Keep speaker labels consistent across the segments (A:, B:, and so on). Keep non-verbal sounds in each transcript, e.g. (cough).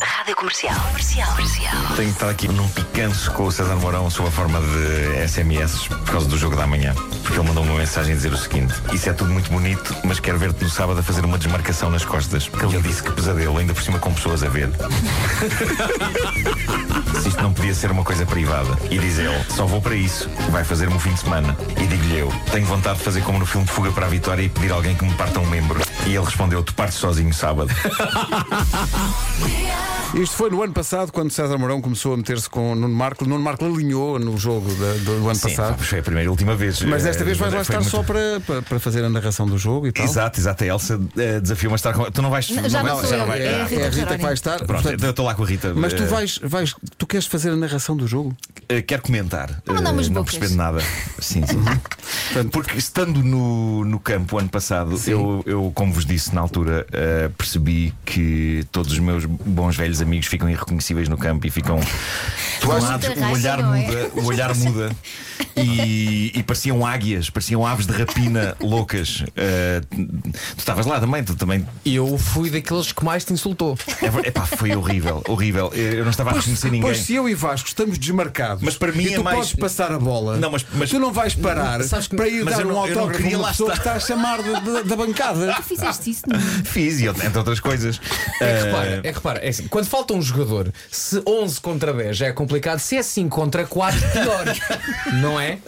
A: Rádio Comercial. Comercial. Comercial.
B: Tenho que estar aqui num picanço com o César Mourão sob a forma de SMS por causa do jogo da manhã. Porque ele mandou uma mensagem a dizer o seguinte: Isso é tudo muito bonito, mas quero ver-te no sábado a fazer uma desmarcação nas costas. Porque ele disse que pesadelo, ainda por cima com pessoas a ver. Se isto não podia ser uma coisa privada. E diz ele: Só vou para isso. Vai fazer-me um fim de semana. E digo-lhe eu: Tenho vontade de fazer como no filme Fuga para a Vitória e pedir a alguém que me parta um membro. E ele respondeu: Tu partes sozinho sábado.
C: Isto foi no ano passado, quando César Mourão começou a meter-se com o Nuno Marco. Nuno Marco alinhou no jogo da- do, do ano
B: Sim,
C: passado.
B: foi a primeira e última vez.
C: Mas desta
B: Eh,
C: vez vais lá
B: foi
C: estar
B: muito-
C: só para, para, para fazer a narração do jogo e tal.
B: Exato, exato. A Elsa eh, desafiou-me a estar com. Tu não vais.
D: Não, Então? já não
B: vais-
D: sou eu,
B: vais-
D: é a
B: Ah,
C: É, é a Rita que vai estar.
B: Pronto, então
C: portanto,
B: eu estou lá com a Rita.
C: mas tu
B: Eh,
C: vais, vais. Tu queres fazer a narração do jogo?
B: eh, Quero comentar.
D: Ah, não,
B: eh,
D: mas
B: não
D: bocas.
B: percebendo nada. Sim, sim.
D: (laughs)
B: Portanto, Porque estando no, no campo ano passado, eu, eu, como vos disse na altura, eh, percebi que todos os meus bons velhos amigos ficam irreconhecíveis no campo e ficam. tomados.
D: Muita
B: o
D: raiva,
B: olhar
D: não é?
B: muda, o olhar muda.
D: (laughs)
B: E, e pareciam águias, pareciam aves de rapina loucas. Eh, tu estavas lá também, tu também
E: Eu fui daqueles que mais te insultou.
B: É ver- Epá, foi horrível, horrível. Eu eu não estava a reconhecer ninguém.
C: Pois se eu e Vasco estamos desmarcados,
B: Mas para mim
C: e
B: é
C: tu
B: mais-
C: podes passar a bola,
B: Não, mas- mas-
C: tu não vais parar
E: Sabes que-
C: para ir
B: mas
C: dar
B: eu
C: um
B: não- eu não
C: autógrafo a
B: queria
C: uma
B: lá
C: pessoa que está
B: estar.
C: a chamar de- de-
B: (laughs)
C: da bancada.
D: Tu fizeste isso, Nuno?
B: Fiz, e entre outras coisas. Eh,
E: É que repara, é que repara, é assim, quando falta um jogador, se 11 contra 10 já é complicado, se é 5 contra 4, (laughs) pior. não é?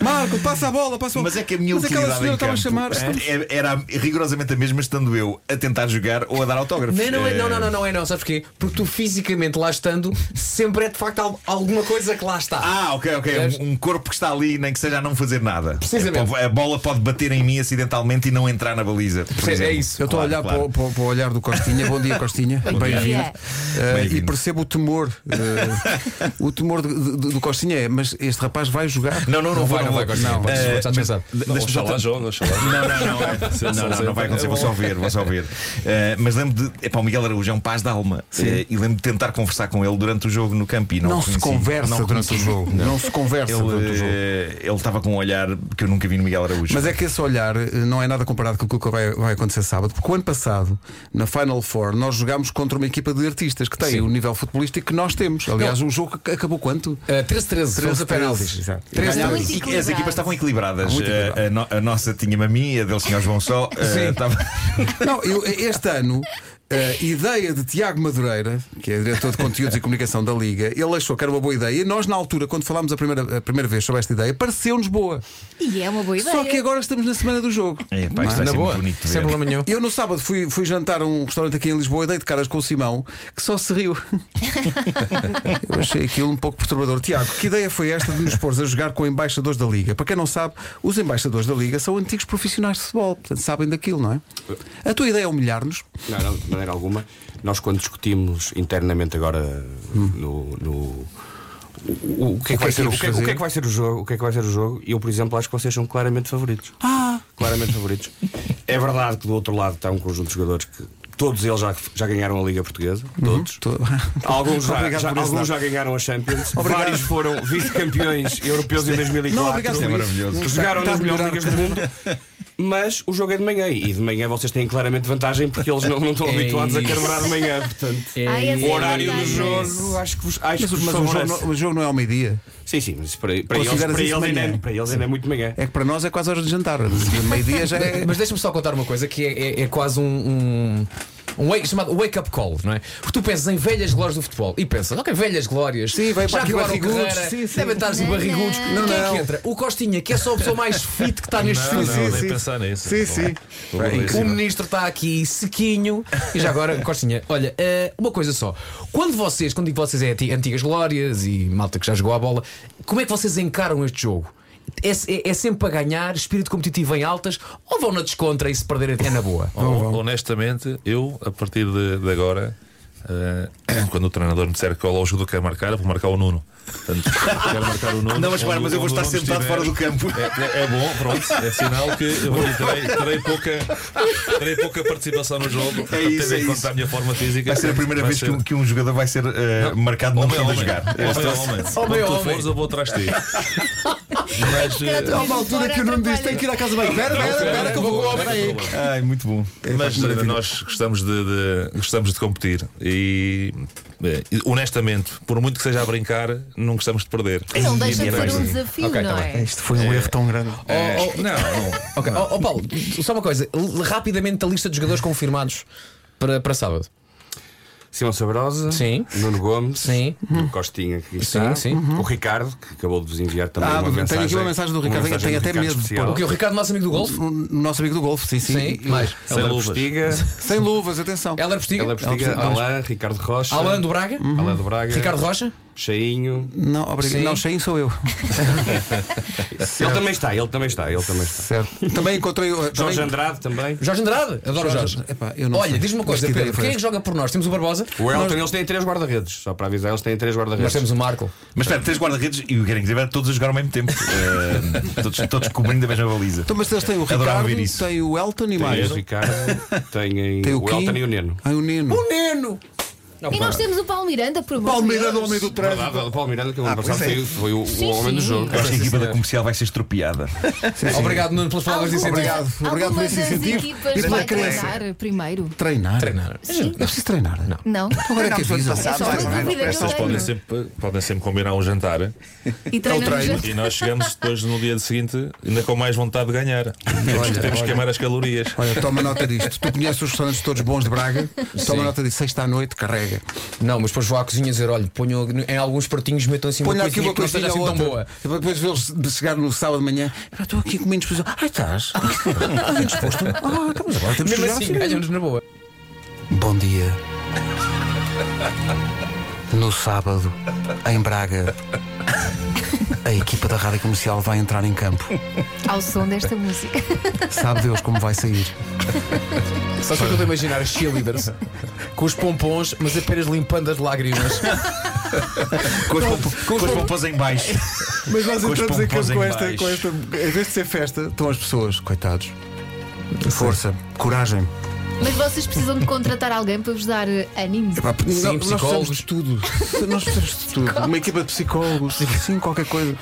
C: Marco, passa a bola, passa a bola.
B: Mas é que a minha
C: Mas aquela
B: utilidade em
C: senhora estava
B: campo
C: a chamar.
B: é- era rigorosamente a mesma estando eu a tentar jogar ou a dar autógrafos.
E: Não, não, é,
B: Eh,
E: não, não, não, não é não, sabes porquê? Porque tu fisicamente lá estando, sempre é de facto al- alguma coisa que lá está.
B: Ah, ok, ok.
E: Percebes?
B: Um, um corpo que está ali, nem que seja a não fazer nada. É,
E: Precisamente.
B: A bola pode bater em mim acidentalmente e não entrar na baliza. por
E: É
B: exemplo.
E: isso.
C: Eu estou a
B: Claro,
C: olhar
B: claro.
C: para, o- para o- para o olhar do Costinha. Bom dia, Costinha. Bem-vindo.
D: dia.
C: Eh,
B: Bem-vindo.
C: e percebo o temor. eh, o temor do, do- do Costinha é, mas este rapaz vai jogar.
B: Não, não, não, vou, não vou.
E: Não,
B: Eh,
E: vou estar descansado.
B: mas- deixa-me só- Não, não, não. é.
C: (laughs)
B: Não, não, não vai acontecer, vou só ver, vou só ver. Eh, mas lembro de. Epá, o Miguel Araújo é um paz da alma. Eh, e lembro de tentar conversar com ele durante o jogo no campo. E não,
C: Não,
B: o
C: se
B: conheci.
C: conversa
B: Não o
C: durante o
B: conheci.
C: jogo. Não, se conversa durante o
B: Ele
C: jogo.
B: eh, ele estava com um olhar que eu nunca vi no Miguel Araújo.
C: Mas é que esse olhar eh, não é nada comparado com aquilo que vai, vai acontecer sábado, porque o ano passado, na Final Four, nós jogámos contra uma equipa de artistas que tem o nível futebolístico que nós temos. Aliás, o jogo ac- acabou quanto?
E: Ah, 13-13, fomos
C: 13-13,
E: a penaltis.
C: exato.
E: 13-13.
D: Muito
B: E que as
D: equilibrado.
B: equipas estavam equilibradas.
C: Muito
B: Eh, a, no- a nossa tinha-me a mim, a dele, senhor João Só. eh, (laughs) estava-
C: Não, eu, este ano, a ideia de Tiago Madureira, que é diretor de conteúdos e comunicação da Liga, ele achou que era uma boa ideia. E nós, na altura, quando falámos a primeira, a primeira vez sobre esta ideia, pareceu-nos boa.
D: E é uma boa ideia.
C: Só que agora estamos na semana do jogo.
B: É, pá, isto vai
E: Na
B: ser
E: boa,
B: muito bonito. de
E: sem
B: ver.
E: problema nenhum.
C: Eu no sábado fui, fui jantar a um restaurante aqui em Lisboa e dei de caras com o Simão, que só se
D: (laughs)
C: riu. Eu achei aquilo um pouco perturbador. Tiago, que ideia foi esta de nos pôr a jogar com embaixadores da Liga? Para quem não sabe, os embaixadores da Liga são antigos profissionais de futebol, portanto sabem daquilo, não é? A tua ideia é humilhar-nos?
F: Não, não, de maneira alguma. Nós, quando discutimos internamente agora no. no- o, o- Hum. o que é que vai ser, o,
C: vamos
F: que é- o
C: fazer?
F: que é que vai ser o jogo? O que é que vai ser o jogo? Eu, por exemplo, acho que vocês são claramente favoritos. Ah! Claramente (laughs) favoritos. É verdade que do outro lado está um conjunto de jogadores que todos eles já, já ganharam a Liga Portuguesa. Todos.
C: Tô- (laughs)
F: (laughs) Alguns, já,
C: Obrigado
F: já-
C: por esse
F: alguns
C: dado.
F: já ganharam a Champions.
C: Obrigado.
F: Vários
C: (laughs)
F: foram vice-campeões europeus em 2004.
C: Não, obrigado por
B: é
C: isso.
B: maravilhoso.
F: Jogaram
C: Está- tá está
F: nas melhores
C: a
F: ligas do
C: melhorar.
F: mundo. Mas o jogo é de manhã e de manhã vocês têm claramente vantagem porque eles não, não estão
E: É
F: habituados a
E: isso.
F: carburar de manhã. Portanto,
D: Ah, essa
F: o
D: é a
F: horário do
D: vantagem.
F: jogo acho que vos, acho
C: Mas,
F: que
C: o-
F: vos
C: mas o, jogo,
F: favorece.
C: não- o jogo não é ao meio-dia.
F: Sim, sim, mas para, para eles,
C: Consideras
F: para
C: isso
F: eles,
C: assim de
F: ainda,
C: manhã?
F: é- para eles ainda é muito manhã.
C: É que para nós é quase horas de jantar. De meio-dia já é.
E: Mas deixa-me só contar uma coisa que é, é- é quase um. um... um wake, chamado wake-up call, não é? Porque tu pensas em velhas glórias do futebol e pensas, ok, velhas glórias.
C: Sim, vai
E: já
C: para aqui
E: acabaram o
C: barrigudos,
E: Carreira,
C: sim, sim.
E: Devem estar os barrigudos.
C: Não,
E: Quem é
C: não.
E: que entra? O Costinha, que é só a pessoa mais fit que está neste filme.
C: (laughs) sim, sim. Sim, sim. É
E: O
C: incrível.
E: ministro está aqui sequinho. E já agora, (laughs) Costinha, olha, eh, uma coisa só. Quando vocês, quando digo vocês é anti- antigas glórias e malta que já jogou à bola, como é que vocês encaram este jogo? É, é- é sempre para ganhar, espírito competitivo em altas, ou vão na descontra e se perderem é na boa?
G: Hon- Então, Honestamente, eu, a partir de, de agora, eh, (coughs) quando o treinador me disser que o jogador quer marcar, eu vou marcar o Nuno. Portanto, quero marcar o Nuno.
B: Não, mas espera, mas eu vou estar
G: Onde o Nuno
B: sentado
G: estiver.
B: fora do campo.
G: É, é- é bom, pronto. É sinal que eu terei, terei pouca, terei pouca participação no jogo,
B: É isso,
G: tendo
B: é
G: em
B: isso.
G: conta a minha forma física.
B: Vai ser a primeira
G: Vai
B: vez que
G: ser-
B: um, que um jogador vai ser eh, marcado não
G: Homem,
B: sendo a
G: homem. é
B: jogar. é
G: Homem, homem.
E: Homem,
G: Quando tu
E: homem.
G: fores, eu vou atrás de ti. Mas, eh,
C: Há é uma altura que o Nuno diz: tem que ir à casa bem. Espera, espera, espera, que eu vou com o homem aí.
G: é
B: Ai, muito bom.
G: Mas
C: pá, que
G: eh,
C: maravilha.
G: nós gostamos de, de- gostamos de competir e eh, honestamente, por muito que seja a brincar, não gostamos de perder.
D: Não
G: E
D: deixa de
G: ninguém
D: ser um
G: gosta.
D: desafio,
G: Ok, tá
D: não
G: bem.
D: é?
C: Isto foi um erro tão grande.
G: Eh, não, não.
E: Ok, ó ó, Paulo, só uma coisa. L- Rapidamente a lista de jogadores confirmados para, para sábado.
F: Simão Sabrosa,
E: Sim.
F: Nuno Gomes,
E: Sim.
C: Uhum.
F: o Costinha, que aqui está,
E: sim.
F: o Ricardo, que acabou de vos enviar também
C: Ah,
F: uma
C: tenho aqui
F: mensagem.
C: uma mensagem do Ricardo, tenho- tenho
F: do
C: até
F: Ricardo
C: medo de
F: especial.
C: pôr.
E: O que? O Ricardo, nosso amigo do golfe?
C: O nosso amigo do Golfo, sim, sim.
E: Sim, mais.
G: Sem
F: Ela
G: luvas.
F: Postiga,
C: Sem luvas, atenção.
E: Ela Postiga.
F: Ela é Postiga, Alain, Ricardo Rocha,
E: Alan do Braga.
F: Alain do Braga,
E: Ricardo Rocha.
F: Cheinho.
C: Não, obrigado.
E: Sim.
C: Não, Shein sou eu.
F: Ele também está, ele também está, ele também está.
C: Certo. Também encontrei. também-
F: Jorge Andrade também.
E: Jorge Andrade. Adoro o Jorge.
C: Epá, eu não
E: Olha,
C: sei.
E: diz-me uma
C: Mas
E: coisa,
C: que
E: Pedro.
C: ideia foi
E: Quem é que joga por nós? Temos o Barbosa.
F: O Elton, eles têm três guarda-redes, só para avisar, eles têm três
E: Nós
F: guarda-redes.
E: temos um o Marco.
B: Mas espera, três guarda-redes e o que era incrível era todos a jogar ao mesmo tempo. Eh, todos, todos cobrindo a mesma baliza.
C: Então, mas eles têm o
B: Adorava
C: Ricardo,
B: ver isso.
C: têm o Elton e
F: Tem
C: mais.
F: o Ricardo, tem,
C: Tem
F: o,
C: o Kim.
F: Elton e o Neno.
C: Ah, o Nino.
E: O Neno! Não,
D: E nós temos o Paulo Miranda, por amor de
C: Palmeira do
D: Deus.
C: Homem do Trânsito.
F: Verdade, o Paulo Miranda, que o ano passado
B: pois é.
F: foi, foi o, o
D: Sim,
F: homem do
D: sim.
F: jogo.
B: Eu acho que a equipa da comercial vai ser estropiada.
E: Obrigado, Nuno, pelas palavras de
D: Alguma-
E: incentivo.
C: Obrigado. Obrigado por
D: alguma
C: esse
D: das
C: incentivo
D: equipas
C: e pela
D: vai
C: crença.
D: treinar primeiro?
C: Treinar.
E: Treinar.
C: É preciso treinar. Não.
D: Não.
C: Agora é que avisa.
D: É só uma dúvida que
G: Vocês
D: eu
G: podem
D: tenho.
G: sempre, podem sempre combinar um jantar
D: E treinamos
C: treino.
D: juntos.
G: e nós chegamos depois no dia seguinte ainda com mais vontade de ganhar. Temos, temos que queimar as calorias.
C: Olha, toma nota disto. Tu conheces os restaurantes todos bons de Braga. Toma nota disto. Sexta à noite, carrega.
E: Não, mas depois vou à cozinha dizer: olha, ponham em alguns pratinhos, metam assim
C: Põe
E: uma
C: aqui
E: coisinha
C: uma
E: que não
C: coisinha
E: esteja assim
C: ou
E: tão
C: outra.
E: boa.
C: E Depois vê-los de chegar no sábado de manhã. "Pá, Estou aqui comendo disposição. Ah,
E: (laughs)
C: estás? Ah, bem disposto. Ah, estamos agora. Temos que
E: Mesmo
C: jogar
E: assim,
C: assim.
E: ganhamos na boa.
C: Bom dia. No sábado, em Braga, a equipa da Rádio Comercial vai entrar em campo.
D: Ao som desta música.
C: Sabe Deus como vai sair.
E: Só que eu estou a imaginar as (laughs) cheerleaders com os pompons, mas apenas limpando as lágrimas.
B: Com os pompo- com os pompons em baixo.
C: Mas nós
B: Com os
C: entramos em
B: pompons
C: campo com
B: em
C: esta, com
B: baixo.
C: esta. Em vez de ser festa, estão as pessoas, coitados. Força, coragem.
D: Mas vocês precisam de contratar alguém para vos dar eh, ânimo.
C: Epá, nós-
E: Sim,
C: nós precisamos
E: psicólogos.
C: de tudo. Nós precisamos de tudo. Uma equipa de psicólogos, sim, qualquer coisa.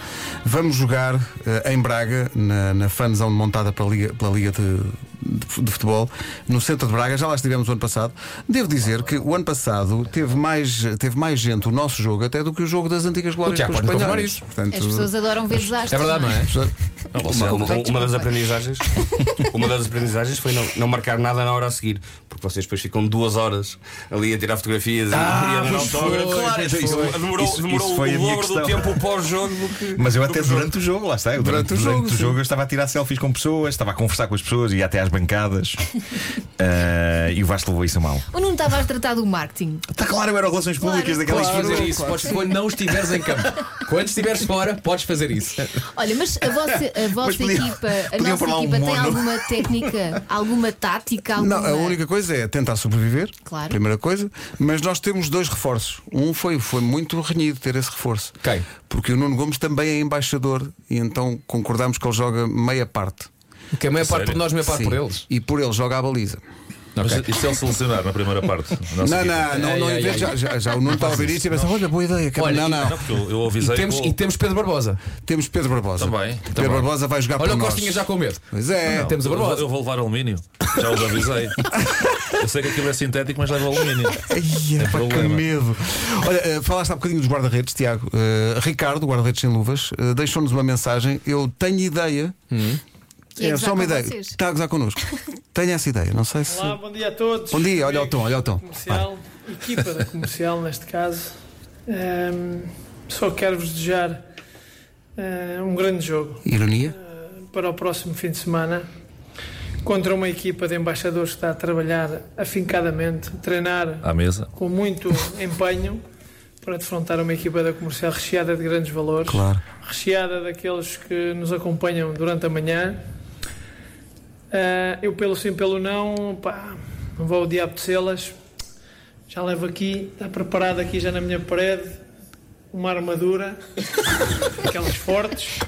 C: Vamos jogar eh, em Braga, na, na fanzão montada pela Liga, pela Liga de, de fu- de Futebol, no centro de Braga. Já lá estivemos o ano passado. Devo dizer que o ano passado teve mais, teve mais gente o nosso jogo até do que o jogo das antigas glórias
E: Tiago
C: com os
E: pode confirmar
C: espanhóis.
E: isso.
C: Portanto,
D: As pessoas adoram ver desastres.
E: É verdade, não é?
C: as pessoas-
F: Uma, uma- uma
B: (laughs)
F: das aprendizagens Uma das aprendizagens foi não, não marcar nada na hora a seguir Porque vocês depois ficam duas horas Ali a tirar fotografias e-
B: Ah,
F: e a dar autógrafos
B: Claro, isso-
F: Isso-
B: isso-
F: Demorou,
B: isso
F: demorou
B: foi a
F: o
B: minha
F: dobro do
B: questão.
F: tempo pós-jogo do que-
B: Mas eu até
F: do jogo.
B: durante o jogo, lá está. Eu durante,
C: Durante o jogo,
B: durante o
C: sim.
B: jogo eu estava a tirar selfies com pessoas, estava a conversar com as pessoas, ia até às (laughs) bancadas. Eh, e o Vasco levou isso a mal.
D: O Nuno estava a tratar do marketing.
B: Está Tá claro, eu era o Relações Públicas
D: Claro,
B: daquela
E: Podes
B: equipa.
E: fazer isso, podes, quando não estiveres em campo. Quando estiveres fora, podes fazer isso.
D: Olha, mas a vossa,
C: (laughs)
D: a vossa
B: podiam-
D: equipa, a
B: podiam
D: nossa
B: pôr lá um
D: equipa tem
B: mono.
D: alguma técnica, alguma tática, alguma.
C: Não, a única coisa é tentar sobreviver,
D: Claro.
C: primeira coisa, mas nós temos dois reforços. Um foi, foi muito renhido ter esse reforço.
E: Quem?
C: Porque o Nuno Gomes também é embaixador e então concordamos que ele joga meia parte.
E: Que a maior parte por nós, a maior parte
C: Sim.
E: por eles.
C: E por ele joga a baliza.
G: Mas isso é o selecionar na primeira parte. a nossa
C: Não,
G: equipa.
C: não, não,
E: Ai,
C: não,
E: ai,
C: em vez-
E: ai.
C: já, já, já o Nuno está a ouvir isso e pensa, olha, boa ideia, cara.
E: Olha, então-
C: não, não.
G: Não, porque eu, eu avisei.
E: E temos,
G: com-
E: e temos Pedro Barbosa.
C: Temos Pedro Barbosa.
E: Tá
G: Também,
C: Pedro
G: também.
C: Barbosa vai jogar
E: Olha
C: por
E: o
C: nós.
E: Costinha já com medo.
C: Pois é.
E: Temos a
G: eu, vou,
E: Barbosa.
G: eu vou levar alumínio. Já os avisei. eu sei que aquilo é sintético, mas leva alumínio.
C: Ai, pá, que
G: problema.
C: medo. Olha, eh, falaste há bocadinho dos guarda-redes, Tiago. Eh, Ricardo, guarda-redes sem luvas, eh, deixou-nos uma mensagem. Eu tenho ideia.
E: Hum.
D: Que é
C: é
D: gozar
C: só uma
D: com
C: ideia.
D: vocês.
C: Está a gozar
D: (laughs)
C: connosco. tenho essa ideia. Não sei se.
H: Olá, bom dia a todos.
C: Bom dia, olha o tom,
H: Amigos
C: olha o
H: da
C: tom.
H: Comercial, equipa da comercial, neste caso. Ahm, só quero-vos desejar ah, um grande jogo
C: Ironia?
H: para o próximo fim de semana contra uma equipa de embaixadores que está a trabalhar afincadamente, treinar
G: À mesa.
H: com muito (laughs) empenho para defrontar uma equipa da comercial recheada de grandes valores,
C: Claro.
H: recheada daqueles que nos acompanham durante a manhã. Ah, eu, pelo sim, pelo não, pá, não vou odiar apetecê-las. Já levo aqui, está preparado aqui já na minha parede, uma armadura, (laughs) aquelas fortes.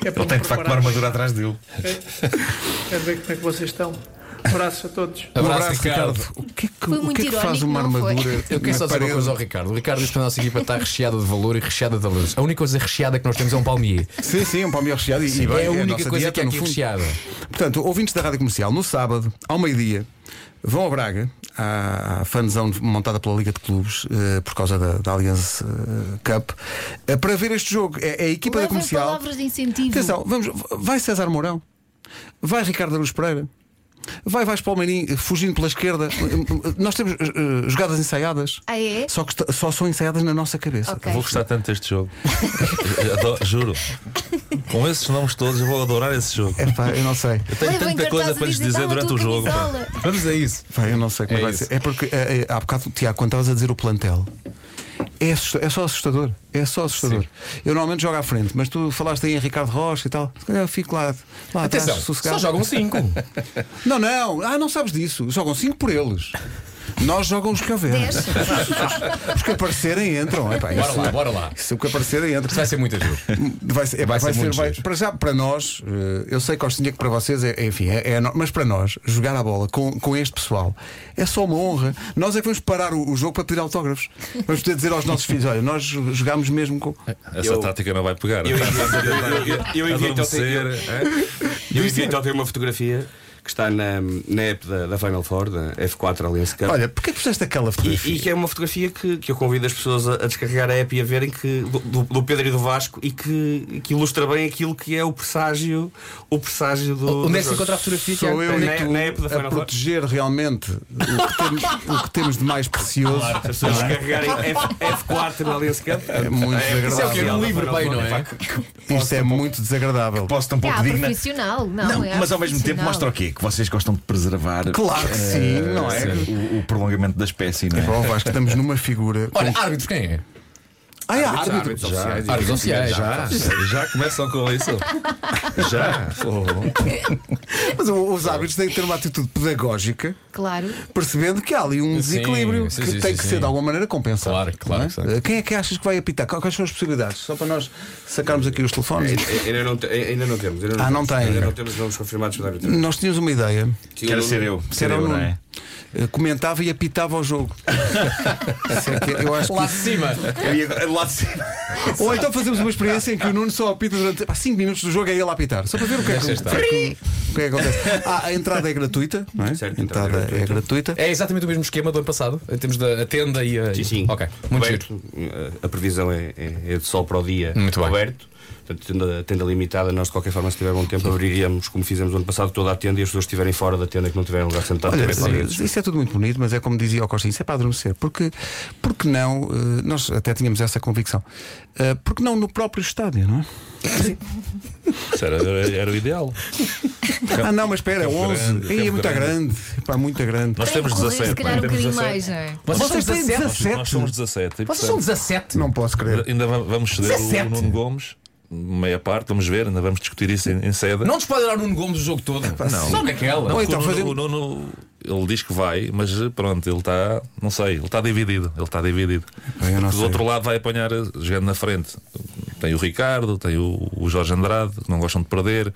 H: que É
B: Ele
H: para me
B: tem de facto uma
H: preparar.
B: armadura atrás dele.
H: Ok? Quero ver como é que vocês estão. Abraço a todos.
C: Um
E: Abraço,
C: abraço, Ricardo.
E: Ricardo.
C: O que é que,
D: Foi
C: o
D: muito
C: que, é que faz
D: irónico,
C: uma
D: não foi?
C: armadura? na
E: Eu quero só dizer uma
C: parede?
E: coisa ao Ricardo. O Ricardo diz que a nossa equipa está recheada de valor e recheada de valores. A única coisa recheada que nós temos é um palmier.
C: Sim, sim, um palmeiro recheado. e- e bem,
E: é a única
C: nossa
E: coisa
C: dieta,
E: que é
C: no
E: aqui
C: fundo.
E: recheada.
C: Portanto, ouvintes da Rádio Comercial, no sábado, ao meio-dia, vão a Braga, à, à fanzão montada pela Liga de Clubes, eh, por causa da, da Allianz eh, Cup, eh, para ver este jogo. É, é a equipa da
D: Levem
C: comercial.
D: palavras de incentivo.
C: Atenção, vamos, vai César Mourão, vai Ricardo Aruz Pereira, vai Vais Palmeirim eh, fugindo pela esquerda. Eh, eh, Nós temos eh, eh, jogadas ensaiadas,
D: Ah, é?
C: só que esta- só são ensaiadas na nossa cabeça.
D: Ok.
G: Vou gostar tanto deste jogo. Eu adoro- juro. Com esses nomes todos, eu vou adorar esse jogo.
C: Epá, eu não sei.
G: Eu tenho
D: Levem
G: tanta
D: cartazes
G: coisa
D: a
G: para lhes
D: dizer,
G: dizer
D: "Dá-me a
G: durante
D: tua
G: o jogo. pá.
D: camisola."
E: Vamos a isso.
C: Pá, eu não sei como
E: É
C: vai
E: isso.
C: ser. É porque eh, eh, há bocado, Tiago, quando estavas a dizer o plantel, é, assusta- é só assustador. É só assustador. Eu normalmente jogo à frente, mas tu falaste aí em Ricardo Rocha e tal. Se calhar eu fico lá, lá
E: Atenção,
C: atrás, sossegado.
E: só jogam 5.
C: (laughs) Não, não. Ah, não sabes disso. Jogam cinco por eles. Nós jogam os que houver.
D: Dez.
C: (laughs) Os que aparecerem entram. Epá,
E: Bora
C: isso-
E: lá, bora lá.
C: Se o que aparecerem entra.
E: Isso vai ser muito giro.
C: Vai ser, é,
E: Vai
C: vai
E: ser
C: ser,
E: muito
C: vai-
E: giro.
C: para já, para nós, eh, eu sei que Costinha que para vocês é, é, enfim, é, é no- mas para nós, jogar a bola com, com este pessoal é só uma honra. Nós é que vamos parar o, o jogo para pedir autógrafos. Vamos poder dizer aos nossos filhos: olha, nós jogámos mesmo com.
G: Essa
F: Eu-
G: tática não vai pegar.
F: Eu enviei- eu enviei-te ontem-
G: Adormecer,
F: eu-
G: é?
F: Eu enviei-te ontem uma fotografia que está na, na app da, da Final Four, da F4 Alliance Cup.
C: Olha, porquê que puseste aquela
F: E,
C: fotografia?
F: e que é uma fotografia que, que eu convido as pessoas a, a descarregar a app e a verem que, do, do- do Pedro e do Vasco e que, que ilustra bem aquilo que é o presságio, o presságio do.
E: Onde é que se
F: do jogo.
E: encontra a fotografia?
C: Sou
E: Tiago?
C: eu
F: Na-
C: e tu
F: na época da
C: a
F: Final Four.
C: proteger realmente o que, temos, o que temos de mais precioso.
F: As
C: (laughs)
F: pessoas descarregarem F, F4 na Alliance Cup.
C: É muito
E: Isso é o quê?
C: desagradável.
E: Um livro bem, não é?
C: Isto é muito desagradável.
B: Posso tão um pouco
D: é
B: digna.
D: profissional, não,
B: Não,
D: é
B: mas ao mesmo tempo
D: profissional.
B: mostra o quê? Que vocês gostam de preservar.
C: Claro que sim,
B: eh,
C: não é?
B: O, o prolongamento da espécie, não é?
C: Bom, Vasco, estamos numa figura. com-
E: Olha, árbitro quem é?
C: Ah, é,
F: Árbitros,
C: árbitro.
F: árbitros oficiais.
E: Árbitro oficiais.
G: Já, já começam com isso. Já.
E: Oh.
C: Mas o- os árbitros têm que ter uma atitude pedagógica,
D: Claro.
C: percebendo que há ali um desequilíbrio
E: sim,
C: que
E: sim,
C: tem
E: sim,
C: que
E: sim.
C: ser de alguma maneira compensado.
E: Claro, claro
C: não
E: que sim.
C: Quem é que achas que vai apitar? Qual- Quais são as possibilidades? Só para nós sacarmos aqui os telefones.
E: É
F: Ainda não, te- ainda não temos. Ainda
C: Ah, não tem.
F: Ainda não temos nomes confirmados da árbitro.
C: Nós tínhamos uma ideia.
B: Quero ser eu.
C: Se
B: Ser
C: era o
B: eu, não
C: Nuno.
B: é?
C: Eh, Comentava e apitava ao
E: (laughs)
C: jogo. Se é que eu acho
E: Lá
C: que
E: de cima.
B: Eu ia lá de cima.
C: Ou então fazemos uma experiência em que o Nuno só apita durante 5 minutos do jogo é ele a apitar. Só para ver o que é que,
E: Deixa estar.
C: o que, o que é que acontece. Ah, a entrada é gratuita, não é?
F: Certo,
C: a entrada é gratuita.
E: É exatamente o mesmo esquema do ano passado. Em termos da a tenda e a.
F: Sim, sim.
E: Ok, muito giro.
F: Coberto. A a previsão é, é- é de sol para o dia
E: Muito bem.
F: coberto. Portanto, tenda, tenda limitada, nós de qualquer forma, se tiver bom tempo, abriríamos, como fizemos ano passado, toda a tenda e as pessoas estiverem fora da tenda que não tiverem lugar sentado
C: Olha,
F: também podem
C: isso, isso é tudo muito bonito, mas é como dizia o Costa, isso é para adormecer. Porque, porque não, eh, nós até tínhamos essa convicção, Eh, porque não no próprio estádio, não é?
G: Isso era, era- era o ideal.
C: Ah, não, mas espera,
G: Campo
C: 11.
G: grande,
C: Aí é
G: campo
C: muito grande, pá, muito grande.
G: Nós
D: Tem que
G: temos
D: correr,
G: 17.
D: Se calhar um
G: pá, temos
D: bocadinho
G: 17.
D: mais, não é?
E: Vocês são 17?
G: Nós- Nós somos 17. e,
E: Vocês são
G: portanto,
E: 17?
C: Não posso crer.
G: Ainda va- vamos ceder
E: 17?
G: o Nuno Gomes, meia parte, vamos ver, ainda vamos discutir isso em, em sede.
E: Não nos pode dar o Nuno Gomes o jogo todo.
G: não.
E: Só naquela.
C: Não,
G: O
C: então,
G: Nuno-
C: fazemos-
G: o Nuno, ele diz que vai, mas eh, pronto, ele está, não sei, ele está dividido. Ele está dividido.
C: eu não
G: Porque do
C: sei.
G: outro lado vai apanhar, eh, jogando na frente, tem o Ricardo, tem o, o Jorge Andrade, que não gostam de perder,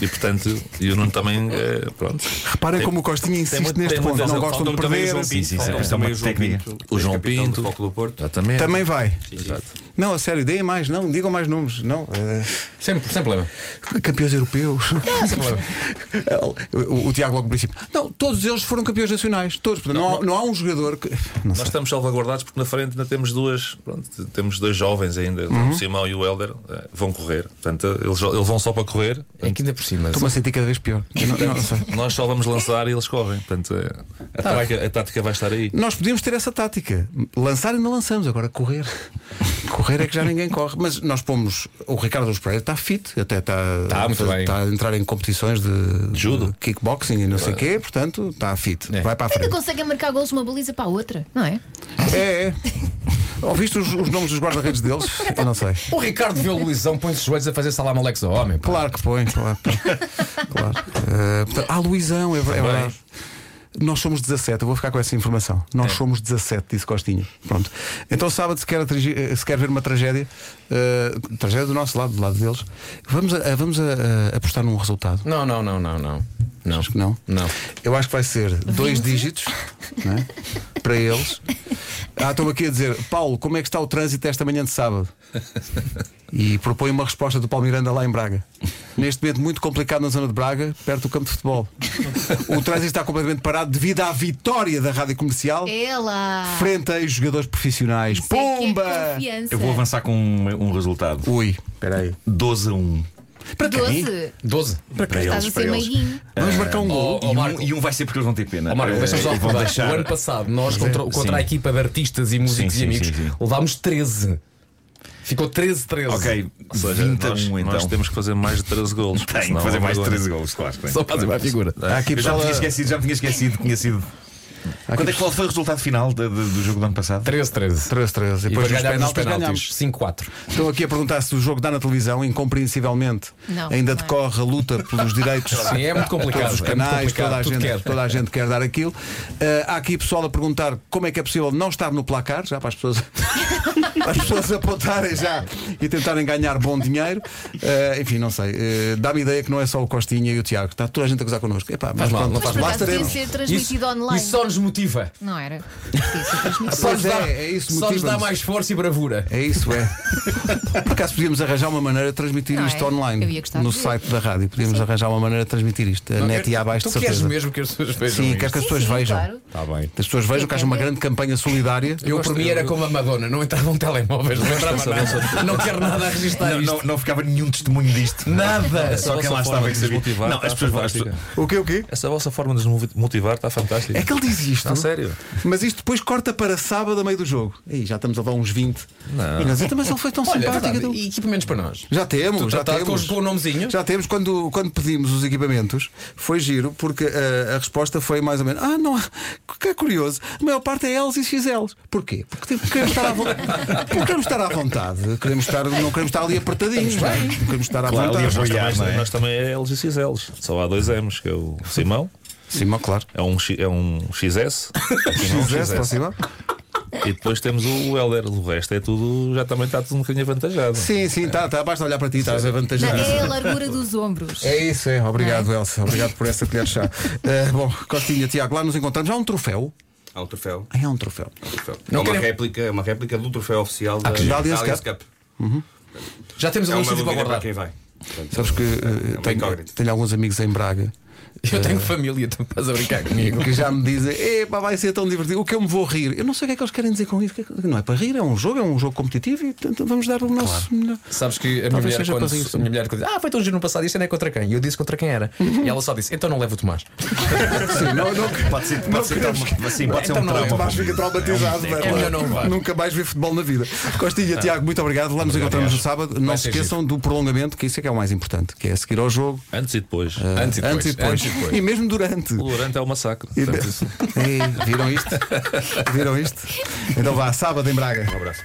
G: e portanto, e o Nuno também, eh, pronto.
C: Reparem como o Costinha insiste
G: muito-
C: neste
G: tem
C: ponto,
G: muita
C: não
G: razão.
C: gostam de
G: Faltam também
C: perder.
G: os ouvintes. Sim, sim, sim,
F: ser.
B: isto é uma técnica.
G: O João
F: ex-capitão
G: Pinto.
F: Então, do Futebol Clube do Porto.
G: Exatamente.
C: Também vai.
G: Exato.
C: Não, a sério, deem mais, não, digam mais números. Não, eh,
E: Sem, sem problema.
C: campeões europeus. o, (laughs) o- o Tiago logo no princípio. Não, todos eles foram campeões nacionais. Todos. Portanto, não, há, não há um jogador que. Não
G: Nós estamos salvaguardados porque na frente ainda temos duas, pronto, t- temos dois jovens ainda,
B: Uhum.
G: o Simão e o Helder, eh, vão correr. Portanto, eles, eles vão só para correr,
E: É que ainda por cima.
C: Estou-me a sentir cada vez pior. Eu não- eu não sei.
G: nós só vamos lançar e eles correm. Portanto, eh, a,
B: Ah.
G: tática, a tática vai estar aí.
C: Nós podíamos ter essa tática. Lançar ainda lançamos, agora correr. Correr é que já ninguém corre. Mas nós pomos. O Ricardo dos Pereira está fit, até está,
E: Está Tá, muito bem.
C: está a entrar em competições de,
G: Judo.
C: de kickboxing e não sei o quê, portanto está fit.
E: É.
C: Vai para a
D: Ainda
C: frente.
D: conseguem marcar golos de uma baliza para a outra, não é?
C: É, é. Ouviste os, os nomes dos guarda-redes deles? Eu não sei.
E: O Ricardo vê o Luizão, põe-se os joelhos a fazer salam Alex ao homem. pá.
C: Claro que põe, claro. claro. Eh, portanto, ah, Luizão, é, ver- é verdade. Nós somos 17, eu vou ficar com essa informação. Nós somos 17, disse Costinho. Pronto. Então, sábado, se quer, atrigi- eh, se quer ver uma tragédia, eh, tragédia do nosso lado, do lado deles, vamos, a- a- vamos a- a apostar num resultado.
E: Não, não, não, não, não. Não.
C: Acho que não.
E: Não.
C: Eu acho que vai ser dois dígitos não
D: (laughs)
C: é? para eles. Ah, estou aqui a dizer, Paulo, como é que está o trânsito esta manhã de sábado? E propõe uma resposta do Paulo Miranda lá em Braga. Neste momento, muito complicado na zona de Braga, perto do campo de futebol. O trânsito está completamente parado devido à vitória da rádio comercial
D: Ela!
C: frente a jogadores profissionais.
D: É. Isso é que é
C: Pumba!
D: confiança.
B: Eu vou avançar com um, um resultado:
C: Ui,
B: 12 a 1.
D: Para 12.
E: 12.
B: Para,
D: Estás assim a ser meiguinho.
E: Eh,
B: É.
C: vamos marcar um gol.
B: E um, e um vai ser porque eles vão ter pena.
E: Ó, Marco,
B: Eh,
E: deixa-me só
B: e vão
E: recordar.
B: deixar.
E: O ano passado, nós contra, contra a
B: Sim.
E: equipa de artistas e músicos
B: Sim, sim,
E: e amigos,
B: sim, sim.
E: levámos 13. Ficou 13-13.
B: Ok,
G: Ou seja,
B: 21
G: nós,
B: então.
G: nós temos que fazer mais de 13
B: (laughs)
G: golos.
B: Tem que
G: senão
B: fazer
G: é
B: mais de
G: vergonha.
B: 13 gols, claro. (laughs) tem.
E: Só fazem uma figura.
B: Ah, eu já me tinha esquecido, já me tinha esquecido que tinha sido. Quando é que qual foi o resultado final de- de- do jogo do ano passado?
C: 13, 13.
E: 13-13.
C: E
E: E depois
C: depois nos
E: ganhámos os
C: penaltis ganhámos.
E: penaltis. 5-4.
C: Estou aqui a perguntar se o jogo dá na televisão, incompreensivelmente,
D: Não,
C: ainda
D: não é.
C: decorre a luta pelos direitos.
E: (laughs) Sim, é muito complicado,
C: Todos os
E: é muito
C: canais,
E: complicado,
C: toda, a
E: tudo
C: gente,
E: quer.
C: toda a gente quer dar aquilo. Ah, há aqui pessoal a perguntar como é que é possível não estar no placar, já para as pessoas, (laughs) para as pessoas apontarem já e tentarem ganhar bom dinheiro. Ah, enfim, não sei. Ah, Dá-me ideia que não é só o Costinha e o Tiago. Está toda a gente a gozar connosco. Epá, mas
E: Faz mal,
C: pronto,
E: não
D: Mas
E: faz
D: por
E: mal.
D: acaso devia
C: teremos.
D: ser transmitido
E: Isso-
D: online.
E: Isso só nos motiva.
D: Não era. Devia ser
E: (laughs)
D: transmitido.
E: Só
C: Pois
E: nos
C: é,
E: dá,
C: é isso,
E: só nos dá
C: motiva-nos.
E: mais força e bravura.
C: É isso,
D: (laughs)
C: é. Por acaso podíamos arranjar uma maneira de transmitir
D: Não é?
C: isto online
D: Eu ia gostar
C: no
D: de ver.
C: site da rádio. Podíamos arranjar uma maneira de transmitir isto. A net e abaixo,
E: é, tu
C: de
E: queres
C: certeza.
E: mesmo que as pessoas vejam
C: Sim,
E: isto?
C: quero que as
D: Sim,
C: pessoas
D: sim,
C: vejam.
D: claro.
E: Tá bem.
C: Que As pessoas vejam que haja uma
D: quero
C: grande campanha solidária.
E: Eu, por mim, era como a Madonna, não entravam telemóveis, não entrava nada. Não quero nada a registrar
B: Não,
E: isto.
B: não, não ficava nenhum testemunho disto.
E: Nada!
B: Só quem lá estava que sabia.
G: Desmotivar,
B: Não,
G: tá
B: as pessoas vão. as
G: fantástica.
B: pessoas-
C: O quê, o quê?
G: Essa vossa forma de nos motivar está fantástica.
C: É que ele diz
E: Tá
C: isto.
G: Está sério.
C: Mas isto depois corta para sábado a meio do jogo. Aí já estamos a levar uns 20.
G: Não.
C: E nós dizemos, mas ele foi tão
E: Olha, é
C: simpático.
E: verdade,
C: então."
E: e equipamentos para nós.
C: Já temos, já
E: Tratado com
C: temos.
E: os- com o nomezinho.
C: Já temos, quando, quando pedimos os equipamentos, foi giro, porque eh, a resposta foi mais ou menos: Ah, não, há- que é curioso, a maior parte é L's e XL's. Porquê? Porque tem- queremos estar à vontade. Porque queremos estar à vontade, queremos estar, não queremos estar ali apertadinhos, não é? queremos estar à
B: Claro, ali
C: vontade.
B: a-
G: Nós
B: Apoiar,
G: também,
B: não é?
G: nós também é L's e XL's. Só há dois M's, que é o Simão,
C: Sim, mas claro.
G: é um, X- é um XS. Simão,
C: XS, possível?
G: E depois temos o Helder. O resto é tudo. Já também está tudo um bocadinho avantajado.
C: Sim, sim, tá, tá, basta olhar para ti, estás
D: Não,
C: avantajado.
D: é a largura dos ombros.
C: É isso, é. Obrigado, Elsa. Obrigado por essa colher de chá. Eh, bom, Costinha, Tiago, lá nos encontramos. Há um troféu.
F: Há um troféu.
C: Ah, É um troféu.
F: há um troféu.
E: Não
F: é uma
E: queremos-
F: réplica, é uma réplica do troféu oficial da,
C: giro.
F: da
C: Allianz
F: Allianz
C: Cup.
F: Cup.
E: Já temos
F: É
E: algum
F: uma
E: sítio para
F: dúvida para
E: guardar.
F: quem vai.
C: Sabes que eh,
F: uma
C: tenho,
F: incógnita.
C: tenho alguns amigos em Braga
E: Eu tenho família, tu estás a brincar comigo.
C: que já me dizem, epá, vai ser tão divertido. O que eu me vou rir? Eu não sei o que é que eles querem dizer com isso. O que é que- Não é para rir, é um jogo, é um jogo competitivo e portanto, vamos dar o nosso melhor.
E: Sabes que a minha,
C: Talvez
E: mulher,
C: seja
E: quando,
C: para isso.
E: a minha mulher quando diz, Ah, foi tão giro no passado, isto não é contra quem? E eu disse contra quem era. E ela só disse: Então não levo o Tomás.
B: Pode ser, pode ser, trauma- sim, pode ser
E: Então
B: um
E: não,
C: é
B: trauma.
E: Tomás
B: para mim.
C: traumatizado, vai
E: é
C: lá.
E: melhor não É. levar.
C: nunca mais ver futebol na vida. Costinha, Tiago, muito obrigado. Lá nos encontramos no sábado. Não se
E: ser
C: esqueçam do prolongamento, que isso é que é o mais importante, que é seguir ao jogo.
G: Antes e depois.
B: Ah,
E: Antes e depois.
C: Antes e depois.
E: Antes e depois.
C: E mesmo (laughs) durante.
G: O Durante é um massacre.
C: E- Um
G: Portanto, isso-
C: Ei, viram isto? Viram isto? Então vá, sábado em Braga.
F: Um abraço.